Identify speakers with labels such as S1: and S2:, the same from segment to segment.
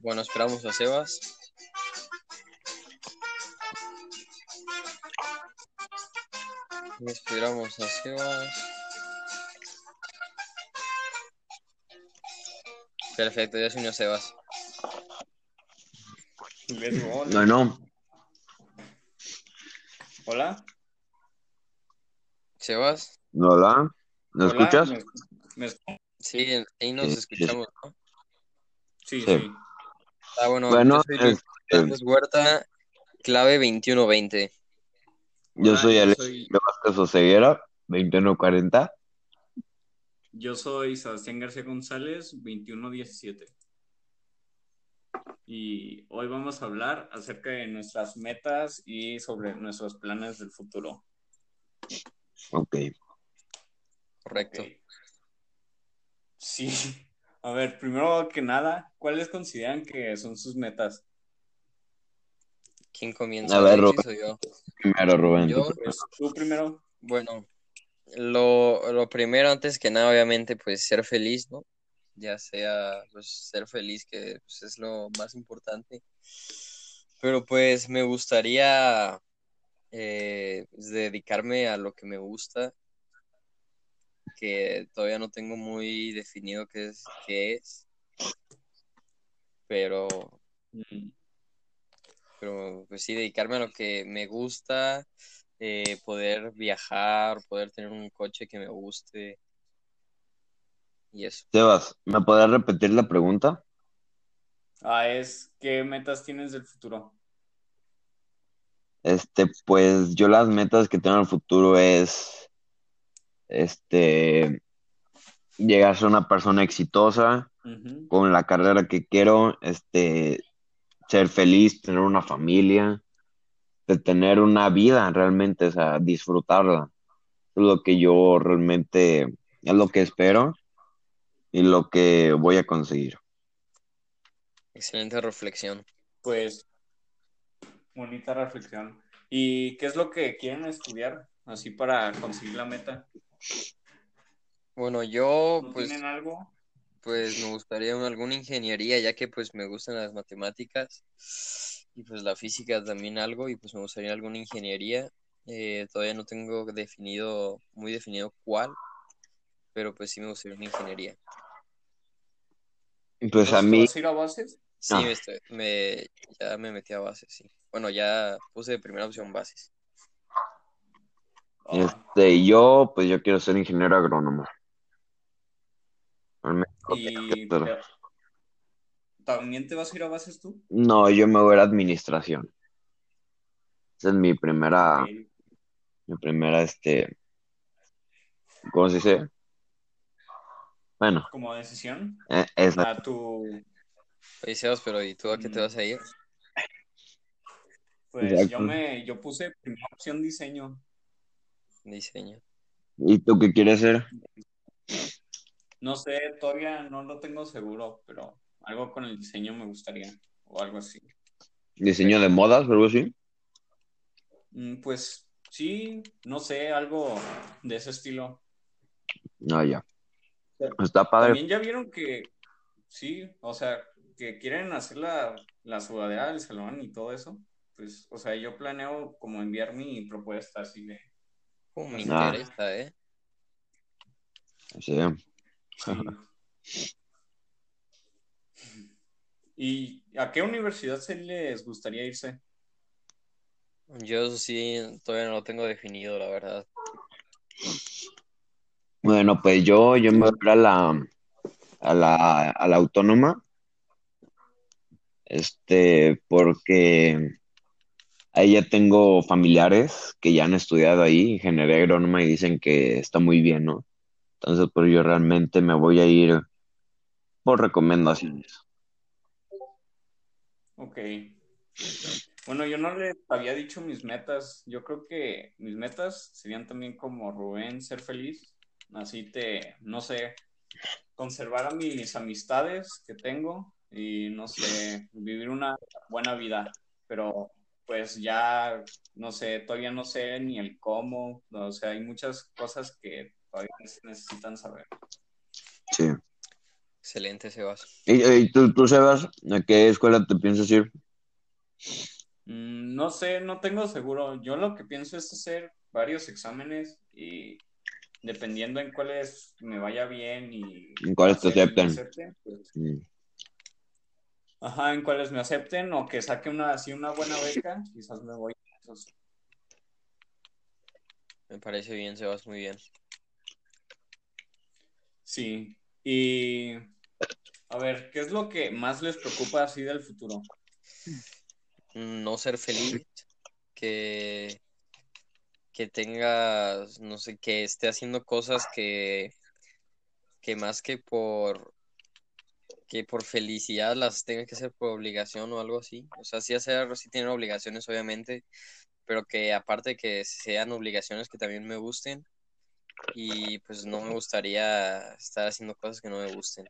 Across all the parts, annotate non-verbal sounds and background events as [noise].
S1: Bueno, esperamos a Sebas. Esperamos a Sebas. Perfecto, ya se unió Sebas.
S2: Vergón.
S3: No, no.
S2: Hola.
S1: Sebas,
S3: No, hola. ¿No
S2: Hola,
S3: escuchas?
S2: ¿me- me escu-
S1: sí, ahí nos
S3: Sí, sí.
S1: escuchamos, ¿no?
S2: Sí,
S3: Sí.
S2: sí.
S1: Ah, bueno,
S3: Bueno,
S1: yo soy Luis
S3: este,
S1: Carlos Huerta, clave 2120.
S3: yo
S2: Hola,
S3: soy
S2: yo
S3: Alex
S2: soy-
S3: Vázquez Oseguera, 2140.
S2: Yo soy Sebastián García González, 2117. Y hoy vamos a hablar acerca de nuestras metas y sobre nuestros planes del futuro.
S3: Ok.
S1: Correcto.
S2: Ok. Sí. A ver, primero que nada, ¿cuáles consideran que son sus metas?
S1: ¿Quién comienza?
S3: A ver,
S1: Alexis o yo.
S3: Primero, Rubén.
S1: Yo,
S2: Pues tú primero.
S1: bueno, lo, lo primero, antes que nada, obviamente, pues ser feliz, ¿no? Ya sea, pues ser feliz, que pues, es lo más importante. Pero pues me gustaría eh, pues, dedicarme a lo que me gusta, que todavía no tengo muy definido qué es, qué es. Pero pero pues sí, dedicarme a lo que me gusta, eh, poder viajar, poder tener un coche que me guste y eso.
S3: Sebas, ¿me podrás repetir la pregunta?
S2: Ah, es ¿qué metas tienes del futuro?
S3: Este, pues yo las metas que tengo en el futuro es, este, llegar a ser una persona exitosa
S2: Ujú.
S3: con la carrera que quiero, este, ser feliz, tener una familia, de tener una vida realmente, o sea, disfrutarla. Es lo que yo realmente, es lo que espero y lo que voy a conseguir.
S1: Excelente reflexión.
S2: Pues, bonita reflexión. ¿Y qué es lo que quieren estudiar? Así para conseguir la meta.
S1: Bueno, yo
S2: ¿No
S1: pues,
S2: tienen algo?
S1: pues me gustaría un- alguna ingeniería, ya que pues me gustan las matemáticas y pues la física también algo, y pues me gustaría alguna ingeniería. Eh, todavía no tengo definido, muy definido cuál, pero pues sí me gustaría una ingeniería.
S3: Pues a
S2: Entonces, ¿te
S3: mí,
S2: vas a ir a bases?
S1: Sí,
S3: Ah.
S1: me estoy- me, ya me metí a bases, sí. Bueno, ya puse de primera opción bases.
S2: Ah,
S3: este, yo, pues yo quiero ser ingeniero agrónomo. Al menos lo que yo
S2: ¿Y
S3: quiero ser.
S2: te- también te vas a ir a bases tú?
S3: No, yo me voy a ir a administración. Esa es mi primera,
S2: Ok.
S3: mi primera, este, ¿cómo se dice? Bueno,
S2: ¿Como decisión?
S3: eh, es la-
S2: A tu...
S1: Oye, Sebas, pero ¿y tú a qué te
S2: Mm.
S1: vas a ir?
S2: Pues yo
S3: Exacto.
S2: me, yo puse primera opción diseño.
S1: Diseño.
S3: ¿Y tú qué quieres ser?
S2: No sé, todavía no lo tengo seguro, pero algo con el diseño me gustaría o algo así.
S3: ¿Diseño de modas o algo así?
S2: Mm, Pues sí, no sé, algo de ese estilo.
S3: No, ya.
S2: Sí.
S3: Está padre.
S2: También ya vieron que, sí, o sea, que quieren hacer la, la sudadera del salón y todo eso. Pues, o sea, yo planeo como enviar mi propuesta así de,
S1: Uh, me
S3: Ah.
S1: interesa, ¿eh?
S3: Sí.
S2: sí. ¿Y a qué universidad se les gustaría irse?
S1: Yo eso sí, todavía no lo tengo definido, la verdad.
S3: Bueno, pues yo, yo me voy a ir a la, a la, a la autónoma, este, porque ahí ya tengo familiares que ya han estudiado ahí, ingeniería agrónoma, y dicen que está muy bien, ¿no? Entonces, pues yo realmente me voy a ir por recomendaciones.
S2: Ok. Bueno, yo no les había dicho mis metas. Yo creo que mis metas serían también como Rubén, ser feliz. Así te, no sé, conservar a mis amistades que tengo y, no sé, vivir una buena vida. Pero pues ya, no sé, todavía no sé ni el cómo. O sea, hay muchas cosas que todavía se necesitan saber.
S3: Sí.
S1: Excelente, Sebas.
S3: ¿Y, y tú, tú, Sebas, a qué escuela te piensas ir?
S2: Mm, No sé, no tengo seguro. Yo lo que pienso es hacer varios exámenes y dependiendo en cuáles me vaya bien y
S3: ¿En cuáles te
S2: hacer y me
S3: aceptan?
S2: acepten, pues,
S3: Mm.
S2: ajá, en cuáles me acepten o que saque una así una buena beca, quizás me voy. a esos.
S1: Me parece bien, Sebas, muy bien.
S2: Sí. Y a ver, ¿qué es lo que más les preocupa así del futuro?
S1: No ser feliz, que, que tengas, no sé, que esté haciendo cosas que, que más que por, que por felicidad las tenga que hacer por obligación o algo así. O sea, sí hacer, sí tener obligaciones, obviamente, pero que aparte que sean obligaciones que también me gusten. Y pues no me gustaría estar haciendo cosas que no me gusten.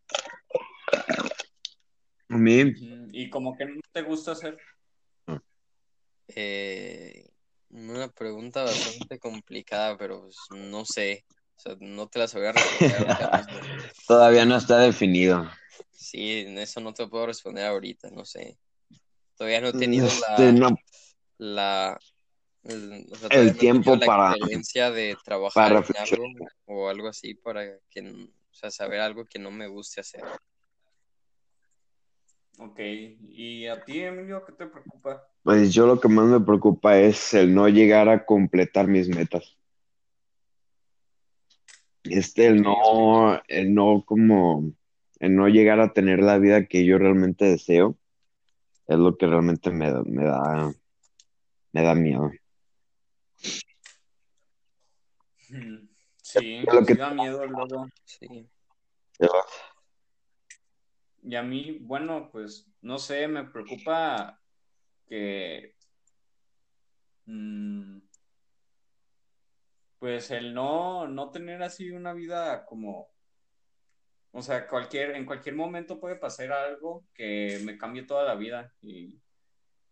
S3: A mí, [laughs]
S2: Mm, Y como que no te gusta hacer.
S1: Eh, una pregunta bastante complicada, pero pues, no sé. O sea, no te la sabría responder
S3: [laughs]
S1: ahorita mismo.
S3: todavía no está definido.
S1: Sí, en eso no te puedo responder ahorita, no sé. Todavía no he tenido la,
S3: Este, no,
S1: la- el, o sea, todavía no he tenido
S3: tiempo
S1: la
S3: para-
S1: experiencia de trabajar en
S3: reflexionar.
S1: algo o algo así para que, n- o sea, saber algo que no me guste hacer.
S2: Ok. ¿Y a ti, Emilio, qué te preocupa?
S3: Pues yo lo que más me preocupa es el no llegar a completar mis metas. Este, el
S1: Ok, ok.
S3: no, el no como, el no llegar a tener la vida que yo realmente deseo, es lo que realmente me, da- me da, me da miedo.
S2: Mm, Sí,
S3: Es lo
S2: sí
S3: que
S2: da miedo luego.
S1: Sí.
S2: Y a mí, bueno, pues no sé, me preocupa que, mm, pues el no, no tener así una vida como, o sea, cualquier, en cualquier momento puede pasar algo que me cambie toda la vida y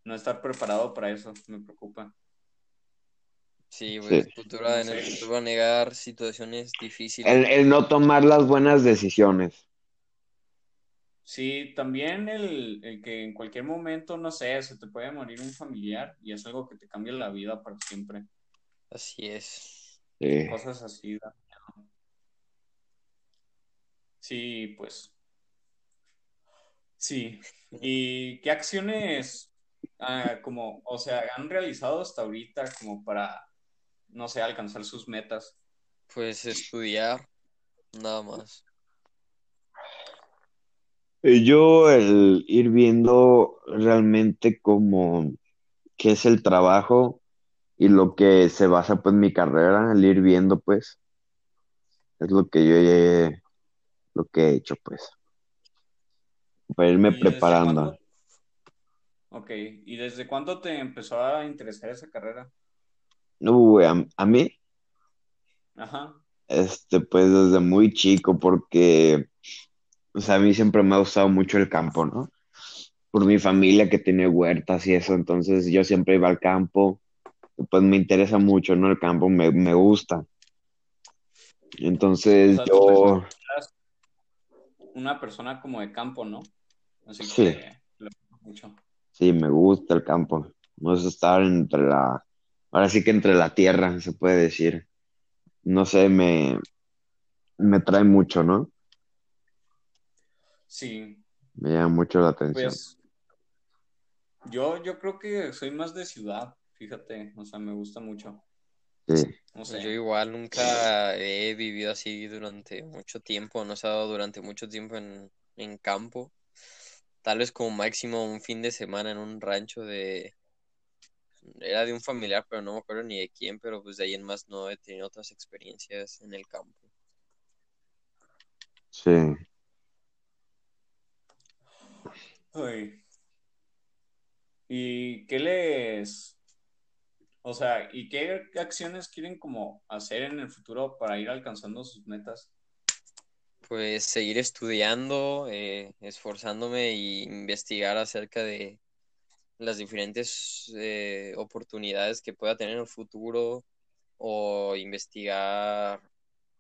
S2: no estar preparado para eso, me preocupa.
S1: Sí,
S3: sí.
S1: pues
S2: No
S1: cultura, en el
S2: sé.
S1: futuro va a negar situaciones difíciles.
S3: El, el no tomar las buenas decisiones.
S2: Sí, también el, el que en cualquier momento, no sé, se te puede morir un familiar y es algo que te cambia la vida para siempre.
S1: Así es.
S3: Sí.
S2: Cosas así. da- Sí, pues. Sí. ¿Y qué acciones, ah, como, o sea, han realizado hasta ahorita como para, no sé, alcanzar sus metas?
S1: Pues estudiar, nada más.
S3: Y Yo el ir viendo realmente como qué es el trabajo y lo que se basa pues mi carrera, el ir viendo pues, es lo que yo he, lo que he hecho pues, para irme
S2: ¿Y desde
S3: preparando.
S2: cuándo? Ok. ¿Y desde cuándo te empezó a interesar esa carrera?
S3: Uy, a, a mí,
S2: Ajá.
S3: este pues desde muy chico porque, o sea, a mí siempre me ha gustado mucho el campo, ¿no? Por mi familia que tiene huertas y eso, entonces yo siempre iba al campo, pues me interesa mucho, ¿no? El campo me, me gusta.
S2: O
S3: Entonces
S2: sea, tú te
S3: yo,
S2: consideras una persona como de campo, ¿no? Así
S3: sí,
S2: que lo mucho.
S3: sí, me gusta el campo. Me gusta estar entre la, ahora sí que entre la tierra, se puede decir. No sé, me, me trae mucho, ¿no?
S2: Sí.
S3: Me llama mucho la atención.
S2: Pues yo, yo creo que soy más de ciudad, fíjate. O sea, me gusta mucho.
S3: Sí,
S2: No
S1: Yo
S2: sé.
S1: igual nunca he vivido así durante mucho tiempo, no he estado durante mucho tiempo en, en campo, tal vez como máximo un fin de semana en un rancho de, era de un familiar, pero no me acuerdo ni de quién, pero pues de ahí en más no he tenido otras experiencias en el campo.
S3: sí.
S2: Ay. ¿Y qué les, o sea, y qué acciones quieren como hacer en el futuro para ir alcanzando sus metas?
S1: Pues seguir estudiando, eh, esforzándome y investigar acerca de las diferentes eh, oportunidades que pueda tener en el futuro o investigar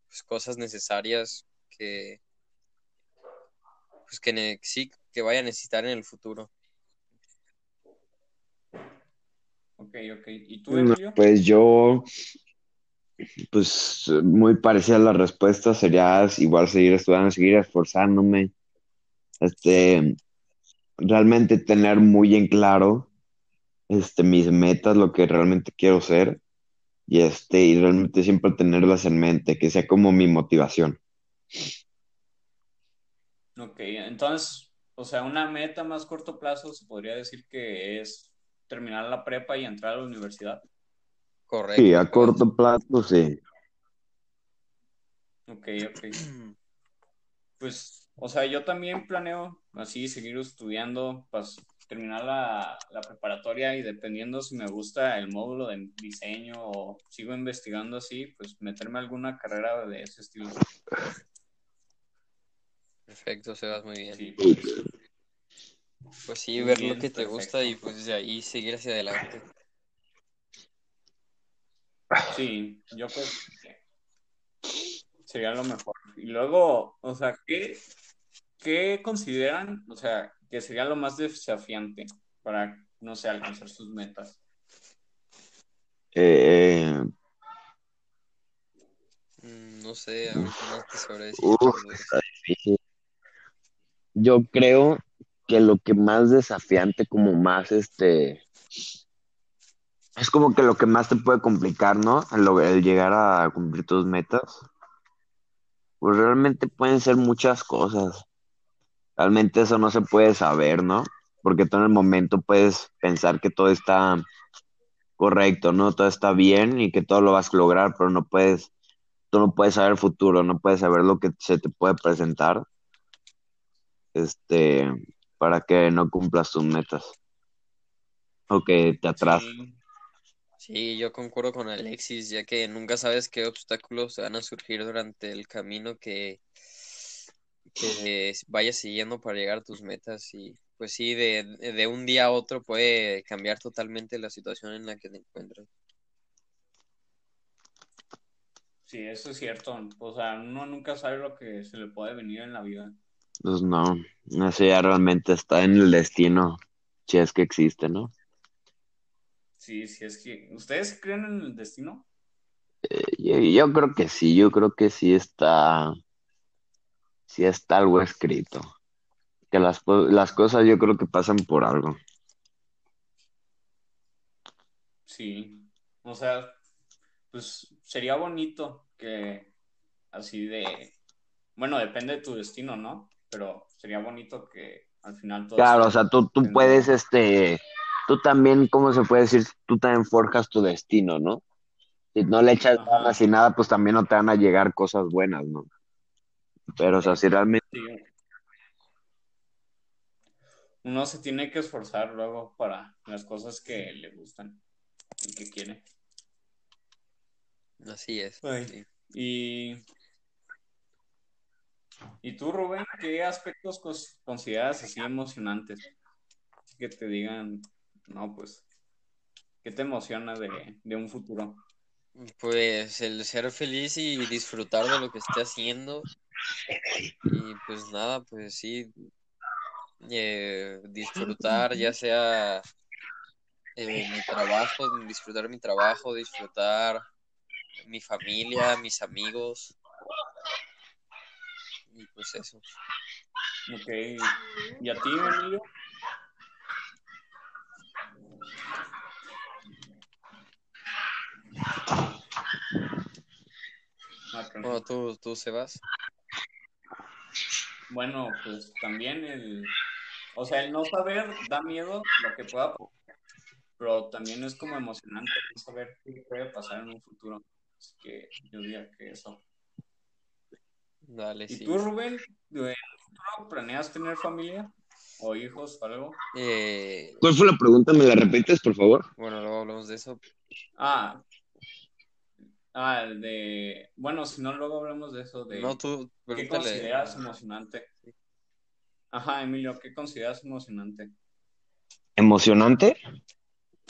S1: pues, cosas necesarias que pues que ne- sí que vaya a necesitar en el futuro.
S2: Ok, ok. ¿Y tú, Emilio?
S3: Pues yo, pues muy parecida a la respuesta, sería igual seguir estudiando, seguir esforzándome, este, realmente tener muy en claro, este, mis metas, lo que realmente quiero ser, y este, y realmente siempre tenerlas en mente, que sea como mi motivación.
S2: Ok, entonces, o sea, una meta más corto plazo se podría decir que es terminar la prepa y entrar a la universidad.
S1: Correcto.
S3: Sí, a
S1: pues.
S3: corto plazo, sí.
S2: Ok, ok. Pues, o sea, yo también planeo así seguir estudiando, pas- terminar la, la preparatoria y dependiendo si me gusta el módulo de diseño o sigo investigando así, pues meterme a alguna carrera de ese estilo.
S1: Perfecto, Sebas, muy bien.
S2: Sí.
S1: Pues sí,
S2: Muy
S1: ver lo
S2: bien,
S1: que te gusta y
S2: perfecto.
S1: pues de ahí seguir hacia adelante.
S2: Sí, yo creo que sería lo mejor. Y luego, o sea, ¿qué, qué consideran, o sea, que sería lo más desafiante para, no sé, alcanzar sus metas?
S3: Eh,
S1: Mm, No sé, a ver qué más te sabré decir.
S3: Uf,
S1: sobre eso.
S3: está difícil. Yo creo que lo que más desafiante, como más este, es como que lo que más te puede complicar, ¿no? El, log- el llegar a cumplir tus metas. Pues realmente pueden ser muchas cosas. Realmente eso no se puede saber, ¿no? Porque tú en el momento puedes pensar que todo está correcto, ¿no? Todo está bien y que todo lo vas a lograr, pero no puedes, tú no puedes saber el futuro, no puedes saber lo que se te puede presentar, este, para que no cumplas tus metas o que te atrases.
S2: Sí,
S1: Sí, yo concuerdo con Alexis, ya que nunca sabes qué obstáculos van a surgir durante el camino que, que vayas siguiendo para llegar a tus metas. Y pues sí, de, de un día a otro puede cambiar totalmente la situación en la que te encuentras.
S2: sí, eso es cierto. O sea, uno nunca sabe lo que se le puede venir en la vida.
S3: Pues no, eso ya realmente está en el destino, si es que existe, ¿no?
S2: Sí, sí, es que, ¿ustedes creen en el destino?
S3: Eh, Yo, yo creo que sí, yo creo que sí está, sí está algo escrito, que las, po- las cosas yo creo que pasan por algo.
S2: Sí. O sea, pues sería bonito que así de, bueno, depende de tu destino, ¿no? Pero sería bonito que al final todo
S3: Claro, o
S2: sea
S3: sea, tú, tú puedes,
S2: dentro-
S3: este, tú también, ¿cómo se puede decir? Tú también forjas tu destino, ¿no? Si no le echas ganas
S2: Ajá,
S3: y nada, pues también no te van a llegar cosas buenas, ¿no? Pero, o sea, si
S1: Correcto.
S3: realmente,
S2: sí. Uno se tiene que esforzar luego para las cosas que le gustan y que quiere.
S1: Así es.
S2: Ay.
S1: sí.
S2: Y, y tú, Rubén, ¿qué aspectos cos- consideras así emocionantes? Que te digan, no, pues, ¿qué te emociona de, de un futuro?
S1: Pues el ser feliz y disfrutar de lo que esté haciendo. Y pues nada, pues sí, eh, disfrutar ya sea eh, mi trabajo, disfrutar mi trabajo, disfrutar mi familia, mis amigos y pues eso.
S2: Ok. ¿Y a ti, Emilio? Ah,
S1: Bueno,
S2: perdón.
S1: tú, tú, Sebas.
S2: Bueno, pues también el, o sea, el no saber da miedo lo que pueda, pero también es como emocionante no saber qué puede pasar en un futuro. Así que yo diría que eso.
S1: Dale,
S2: ¿Y tú,
S1: sí.
S2: Rubén, de- planeas tener familia o hijos o algo?
S1: Eh,
S3: ¿cuál fue la pregunta? ¿Me la repites, por favor?
S1: bueno, luego hablamos de eso.
S2: Ah, ah, el de, bueno, si no, luego hablamos de eso,
S1: No,
S2: de
S1: tú,
S2: qué
S1: pregúntale.
S2: consideras emocionante. Ajá, Emilio, ¿qué consideras emocionante?
S3: ¿Emocionante?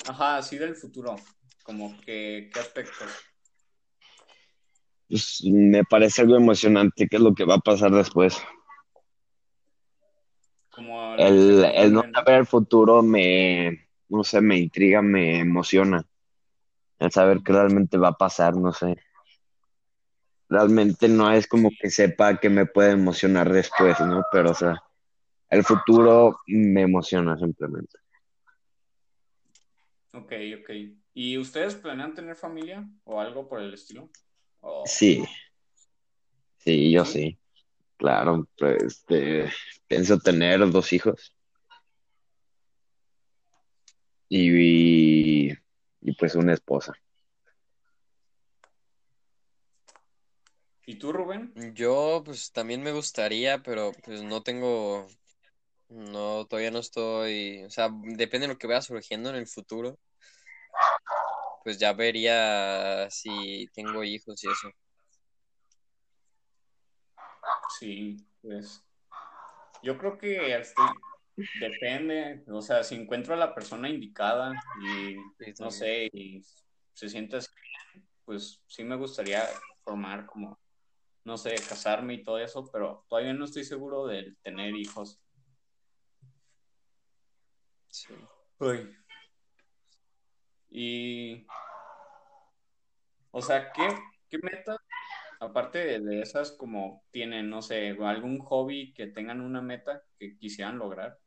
S2: Ajá, así del futuro, como que, ¿qué aspectos?
S3: Pues me parece algo emocionante, ¿qué es lo que va a pasar después?
S2: Como
S3: El, el no
S2: bueno,
S3: saber el futuro me, no sé, me intriga, me emociona. El saber qué realmente va a pasar, no sé. Realmente no es como que sepa que me puede emocionar después, ¿no? Pero, o sea, el futuro me emociona simplemente.
S2: Ok, ok. ¿Y ustedes planean tener familia o algo por el estilo? O-
S3: Sí, sí, yo
S2: ¿Sí?
S3: sí. Claro, pues, este, pienso tener dos hijos y, y, y, pues una esposa.
S2: ¿Y tú, Rubén?
S1: Yo, pues también me gustaría, pero pues no tengo, no, todavía no estoy, o sea, depende de lo que vaya surgiendo en el futuro, pues ya vería si tengo hijos y eso.
S2: Sí, pues yo creo que estoy- depende, o sea, si encuentro a la persona indicada y
S1: Sí,
S2: no
S1: también.
S2: sé, y se siente así, pues sí me gustaría formar como, no sé, casarme y todo eso, pero todavía no estoy seguro de tener hijos.
S1: Sí.
S2: Uy. Y, o sea, ¿qué, qué meta? Aparte de, de esas, como tienen, no sé, algún hobby que tengan una meta que quisieran lograr.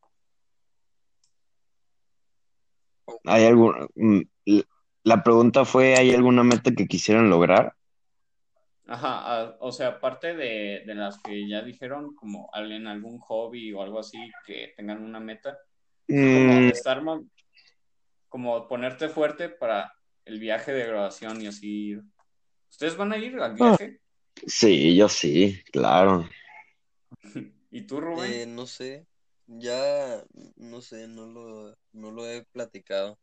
S3: ¿Hay algún, mm, l- la pregunta fue, ¿hay alguna meta que quisieran lograr?
S2: Ajá, a- o sea, aparte de, de las que ya dijeron, como al- en algún hobby o algo así, que tengan una meta, como
S3: Mm,
S2: estar, mo- como ponerte fuerte para el viaje de graduación y así ir. ¿Ustedes van a ir al
S3: ah,
S2: viaje?
S3: sí, yo sí, claro.
S2: ¿Y tú,
S1: Eh,
S2: Rubén?
S1: no sé, ya, no sé, no lo, no lo he platicado.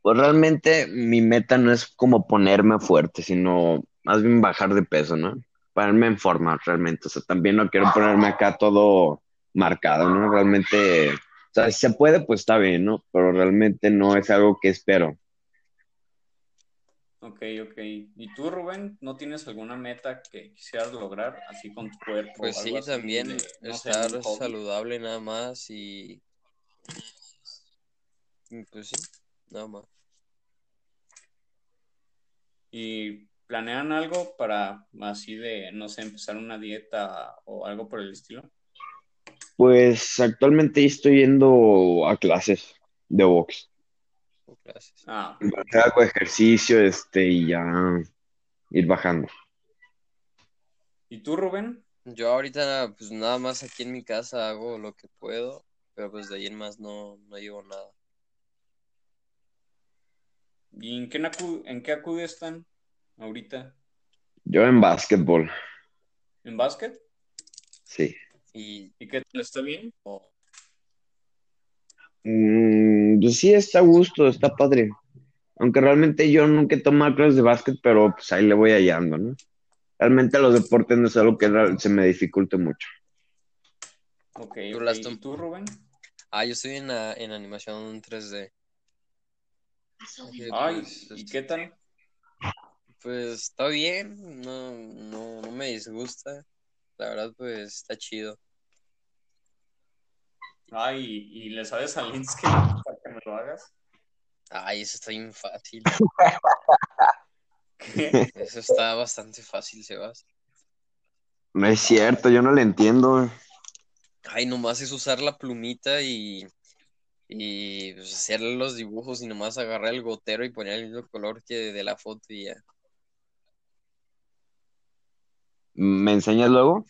S3: Pues realmente mi meta no es como ponerme fuerte, sino más bien bajar de peso, ¿no? Ponerme en forma realmente. O sea, también no quiero ponerme acá todo marcado, ¿no? Realmente, o sea, si se puede, pues está bien, ¿no? Pero realmente no es algo que espero.
S2: Ok, ok. ¿Y tú, Rubén, no tienes alguna meta que quisieras lograr así con tu cuerpo
S1: Pues
S2: o algo
S1: sí,
S2: así de,
S1: también
S2: no sé, un
S1: estar
S2: hobby?
S1: saludable nada más y, y, pues sí, nada más.
S2: ¿Y planean algo para así de, no sé, empezar una dieta o algo por el estilo?
S3: Pues actualmente estoy yendo a clases de box.
S1: Gracias.
S2: Ah, ok.
S3: Hacer algo de ejercicio, este, y ya ir bajando.
S2: ¿Y tú, Rubén?
S1: Yo ahorita pues nada más aquí en mi casa hago lo que puedo, pero pues de ahí en más no, no llevo nada.
S2: ¿Y en qué, nacu- en qué acude están ahorita?
S3: Yo en básquetbol,
S2: ¿En básquet?
S3: sí.
S1: Y
S2: ¿Y qué tal? ¿Está bien?
S1: oh,
S3: Mm, pues sí, está a gusto, está padre. Aunque realmente yo nunca he tomado clases de básquet, pero pues ahí le voy hallando, ¿no? Realmente los deportes no es algo que ra- se me dificulte mucho.
S2: Ok,
S1: tú
S2: ok.
S1: las
S2: ¿Y
S1: tom-
S2: tú, Rubén?
S1: Ah, yo estoy en, la- en animación 3D. Dije,
S2: Ay,
S1: pues,
S2: ¿y
S1: es-
S2: qué tal?
S1: pues está bien, no, no, no me disgusta. La verdad, pues está chido.
S2: Ay, ¿y le sabes al Inkscape [laughs] para que me lo hagas? [laughs]
S1: Ay, eso está bien fácil.
S2: ¿Qué? [laughs]
S1: Eso está bastante fácil, Sebas.
S3: No es
S2: Ay,
S3: cierto, yo no le entiendo.
S1: Ay, nomás es usar la plumita y, y pues, hacer los dibujos y nomás agarrar el gotero y poner el mismo color que de la foto y ya.
S3: ¿Me enseñas luego?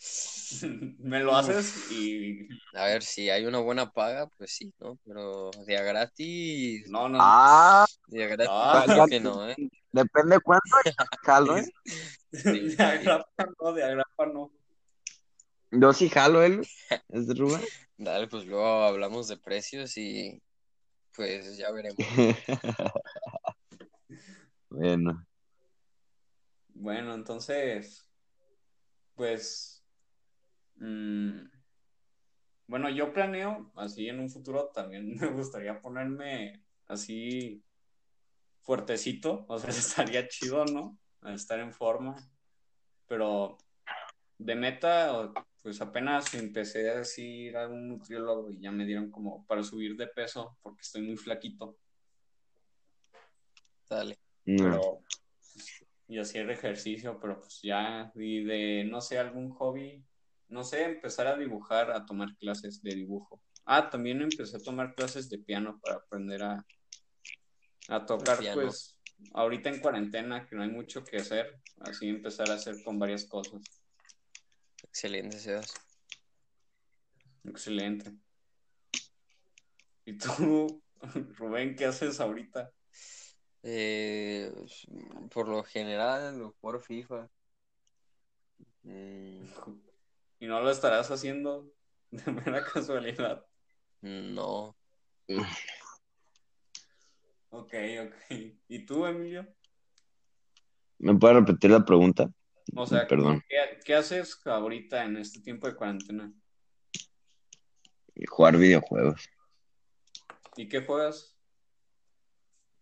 S2: me lo haces
S1: Uf.
S2: y...
S1: A ver, si hay una buena paga, pues sí, ¿no? Pero de a gratis,
S2: No, no, no.
S3: Ah,
S1: de a gratis
S2: Ah,
S3: ya-
S1: yo creo
S3: ya-
S1: que no, ¿eh?
S3: depende cuánto jalo, ¿eh?
S2: [laughs]
S1: Sí,
S2: De
S1: sí.
S2: agrapa no, de agrapa no.
S3: Yo sí jalo, ¿eh? ¿Es de Rubén?
S1: Dale, pues luego hablamos de precios y pues ya veremos.
S3: Bueno,
S2: Bueno, entonces, pues, mm, bueno, yo planeo, así en un futuro también [laughs] me gustaría ponerme así fuertecito, [laughs] o sea, estaría chido, ¿no? Estar en forma, pero de meta, pues apenas empecé a decir a un nutriólogo y ya me dieron como para subir de peso porque estoy muy flaquito.
S1: Dale.
S2: Pero, pues, y hacer ejercicio, pero pues ya, y de, no sé, algún hobby, no sé, empezar a dibujar, a tomar clases de dibujo. Ah, también empecé a tomar clases de piano para aprender a, a tocar,
S1: piano.
S2: pues, ahorita en cuarentena, que no hay mucho que hacer, así empezar a hacer con varias cosas.
S1: Excelente, Sebas.
S2: Excelente. ¿Y tú, [laughs] Rubén, qué haces ahorita?
S1: Eh, por lo general, lo por FIFA. Mm,
S2: ¿Y no lo estarás haciendo de mera [laughs] casualidad?
S1: no.
S2: Ok, ok. ¿Y tú, Emilio?
S3: ¿Me puedes repetir la pregunta?
S2: O sea,
S3: Perdón.
S2: ¿qué, qué haces ahorita en este tiempo de cuarentena?
S3: Jugar videojuegos.
S2: ¿Y qué juegas?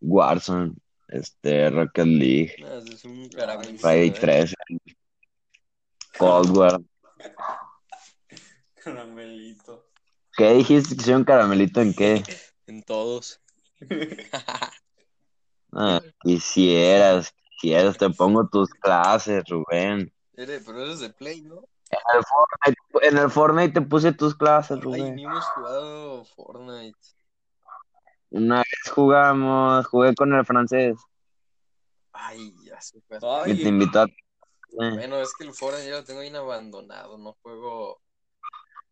S3: Warzone, este, Rocket League,
S1: No, eso es un caramelito,
S3: Friday
S1: ¿eh?
S3: 13, Cold War.
S2: [laughs] Caramelito.
S3: ¿Qué dijiste que soy un caramelito en qué?
S1: En todos. [laughs]
S3: Ah, quisieras, quisieras, te pongo tus clases, Rubén.
S1: Eres, pero eso es de Play, ¿no?
S3: En el Fortnite te puse tus clases,
S1: Ay,
S3: Rubén.
S1: ni hemos jugado Fortnite.
S3: Una vez jugamos, jugué con el francés
S1: Ay, ya se fue.
S3: y
S2: Ay,
S3: te invitó a... Eh,
S1: Bueno, es que el Fortnite yo lo tengo bien abandonado, no juego.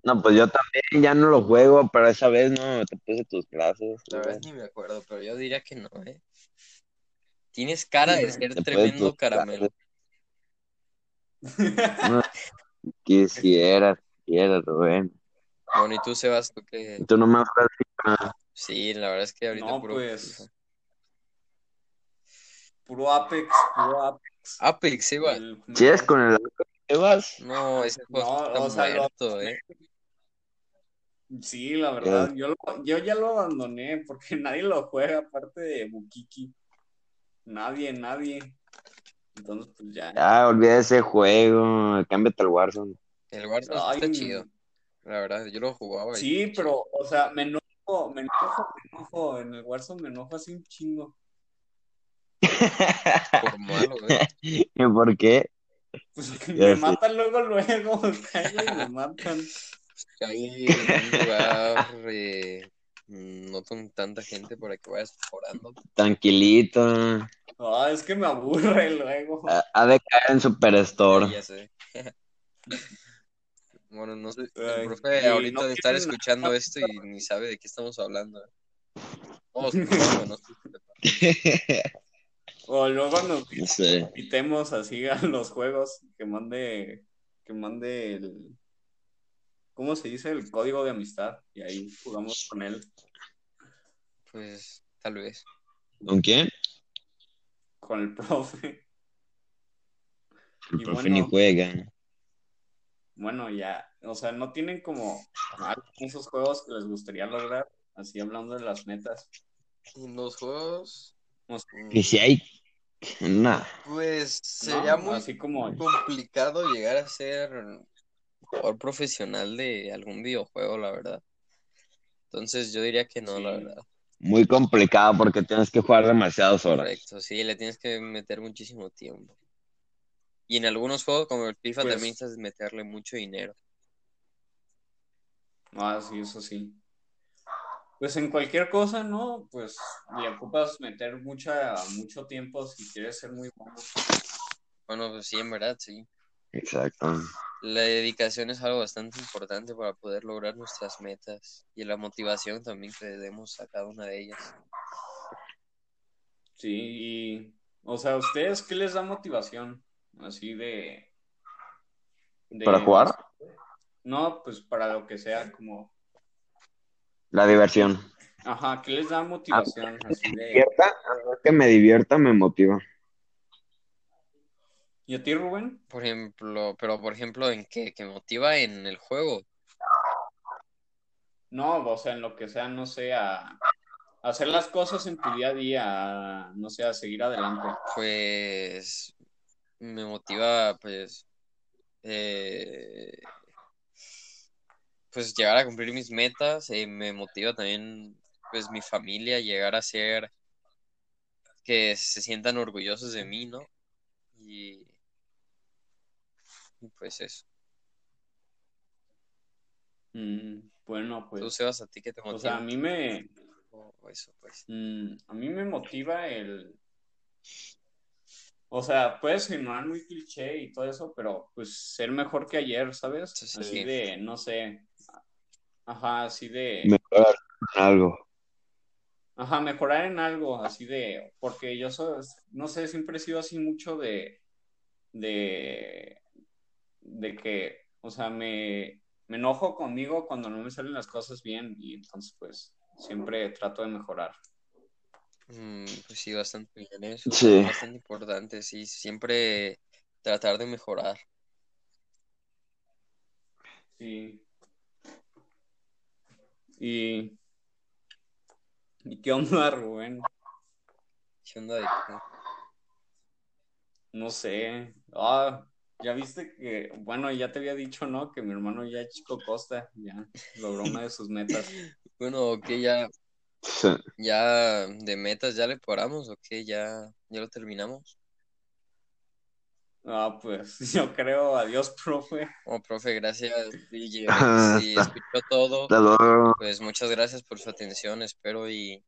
S3: No, pues yo también ya no lo juego, pero esa vez no, te puse tus clases.
S1: La verdad
S3: Rubén.
S1: es ni me acuerdo, pero yo diría que no, ¿eh? Tienes cara de ser
S3: Te puse
S1: tremendo
S3: tus
S1: caramelo.
S3: Quisieras, quisieras, Rubén.
S1: Bueno, y tú, Sebas, tú que.
S3: Tú nomás juegas
S1: Sí, la verdad es que ahorita
S2: No,
S1: puro
S2: pues.
S1: FIFA.
S2: [laughs] puro Apex, puro Apex.
S1: Apex, Sebas.
S2: el mejor-
S3: chillas con el ¿Qué vas?
S1: No, ese juego
S2: ah, No,
S1: está
S2: o sea, lo-
S1: muerto, ¿eh?
S2: Sí, la verdad, yo, lo- yo ya lo abandoné porque [laughs] nadie lo juega aparte de Bukiki. Nadie, nadie. Entonces, pues ya.
S3: Ya, olvida Ah, ese juego, cámbiate al Warzone.
S1: El Warzone sí está
S2: Ay,
S1: chido, la verdad, yo lo jugaba. y-
S2: Sí, pero, o sea, me enojo, me enojo, me enojo. En el Warzone me enojo así un chingo.
S1: Por malo, ¿eh?
S3: ¿Y por qué?
S2: Pues que
S3: Ya
S2: me
S3: sé.
S2: matan luego, luego. o sea, güey, me matan.
S1: Ahí en un lugar eh, no con tanta gente para que vayas mejorando.
S3: Tranquilito.
S2: Ah, es que me aburre luego.
S3: Ha ha de caer en
S1: Sí,
S3: Superstore.
S1: ya sé. [laughs] Bueno, no sé, el
S2: Ay,
S1: profe
S2: y
S1: ahorita
S2: no
S1: de estar
S2: tienen nada.
S1: [laughs] escuchando esto y ni sabe de qué estamos hablando. ¿eh? Oh, sí, bueno, no sé.
S3: [laughs]
S2: O luego nos
S3: No sé.
S2: invitemos así a los juegos que mande, que mande el, ¿cómo se dice? El código de amistad. Y ahí jugamos con él,
S1: Pues tal vez.
S3: ¿Con quién?
S2: con el [laughs] profe.
S3: El
S2: Y
S3: profe
S2: bueno.
S3: Pues ni juega.
S2: Bueno, ya, o sea, no tienen como algo en esos juegos que les gustaría lograr, así hablando de las metas.
S1: En los juegos,
S2: No sé,
S1: mm,
S3: Y si hay. Nah.
S1: pues
S2: ¿no?
S1: sería muy
S2: Así como,
S1: complicado llegar a ser jugador profesional de algún videojuego, la verdad. Entonces yo diría que no, la
S2: Sí.
S1: verdad.
S3: Muy complicado porque tienes que jugar demasiadas horas.
S1: Correcto, sí, le tienes que meter muchísimo tiempo. Y en algunos juegos, como el FIFA,
S2: Pues-
S1: también necesitas meterle mucho dinero.
S2: ah, sí, eso sí. Pues en cualquier cosa, ¿no? Pues le ocupas meter mucha, mucho tiempo si quieres ser muy bueno.
S1: Bueno, pues sí, en verdad, sí.
S3: Exacto.
S1: La dedicación es algo bastante importante para poder lograr nuestras metas y la motivación también que le demos a cada una de ellas.
S2: Sí, y, o sea, ¿a ustedes qué les da motivación? Así de, de-
S3: ¿Para jugar?
S2: No, pues para lo que sea, como,
S3: La diversión.
S2: ajá, ¿qué les da motivación?
S3: Ah,
S2: Así de,
S3: Divierta, a mí que me divierta me motiva.
S2: ¿y a ti, Rubén?
S1: Por ejemplo, pero por ejemplo, ¿en qué? ¿Que motiva en el juego?
S2: No, o sea, en lo que sea, no sé, a a hacer las cosas en tu día a día, a, no sé, a seguir adelante.
S1: Pues me motiva, pues, eh, pues llegar a cumplir mis metas, eh, me motiva también pues mi familia, llegar a ser que se sientan orgullosos de mí, ¿no? Y, y pues eso.
S2: Mm, bueno,
S1: Tú,
S2: pues.
S1: Sebas, ¿a ti qué te
S2: O sea,
S1: motiva?
S2: a mí me.
S1: O eso, pues.
S2: mm, a mí me motiva el. O sea, puede sonar muy cliché y todo eso, pero pues ser mejor que ayer, ¿sabes?
S1: Sí, sí.
S2: Así de, no sé. Ajá, así de.
S3: mejorar en algo.
S2: Ajá, mejorar en algo, así de, porque yo so- no sé, siempre he sido así mucho de, de, de que, o sea, me, me enojo conmigo cuando no me salen las cosas bien y entonces pues siempre trato de mejorar.
S1: Mm, pues sí, bastante bien eso.
S3: Sí.
S1: Bastante importante, sí. Siempre tratar de mejorar.
S2: Sí. Y, ¿y qué onda, Rubén?
S1: ¿Qué onda de ti?
S2: No sé. Ah, ya viste que, bueno, ya te había dicho, ¿no? Que mi hermano ya Chico Costa, ya logró una de sus metas.
S1: Bueno, ok, ya,
S3: Sí.
S1: ya de metas ya le paramos, ok, ya, ya lo terminamos.
S2: Ah, pues [laughs] yo creo, adiós, profe.
S1: Bueno, Oh, profe, gracias. Y, eh,
S3: Ah,
S1: si
S3: está.
S1: escuchó todo,
S3: Hasta luego.
S1: pues muchas gracias por su atención. Espero y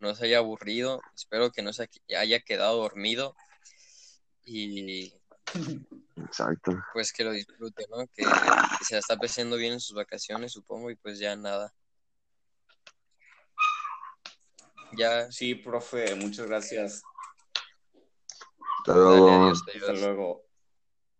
S1: no se haya aburrido. Espero que no se haya quedado dormido. Y
S3: Exacto.
S1: pues que lo disfrute, ¿no? Que, que se la está pasando bien en sus vacaciones, supongo, y pues ya nada. Ya,
S2: Sí, profe, muchas gracias.
S3: Hasta
S1: dale
S3: luego.
S1: adiós, te
S2: Hasta
S1: ayudas.
S2: luego.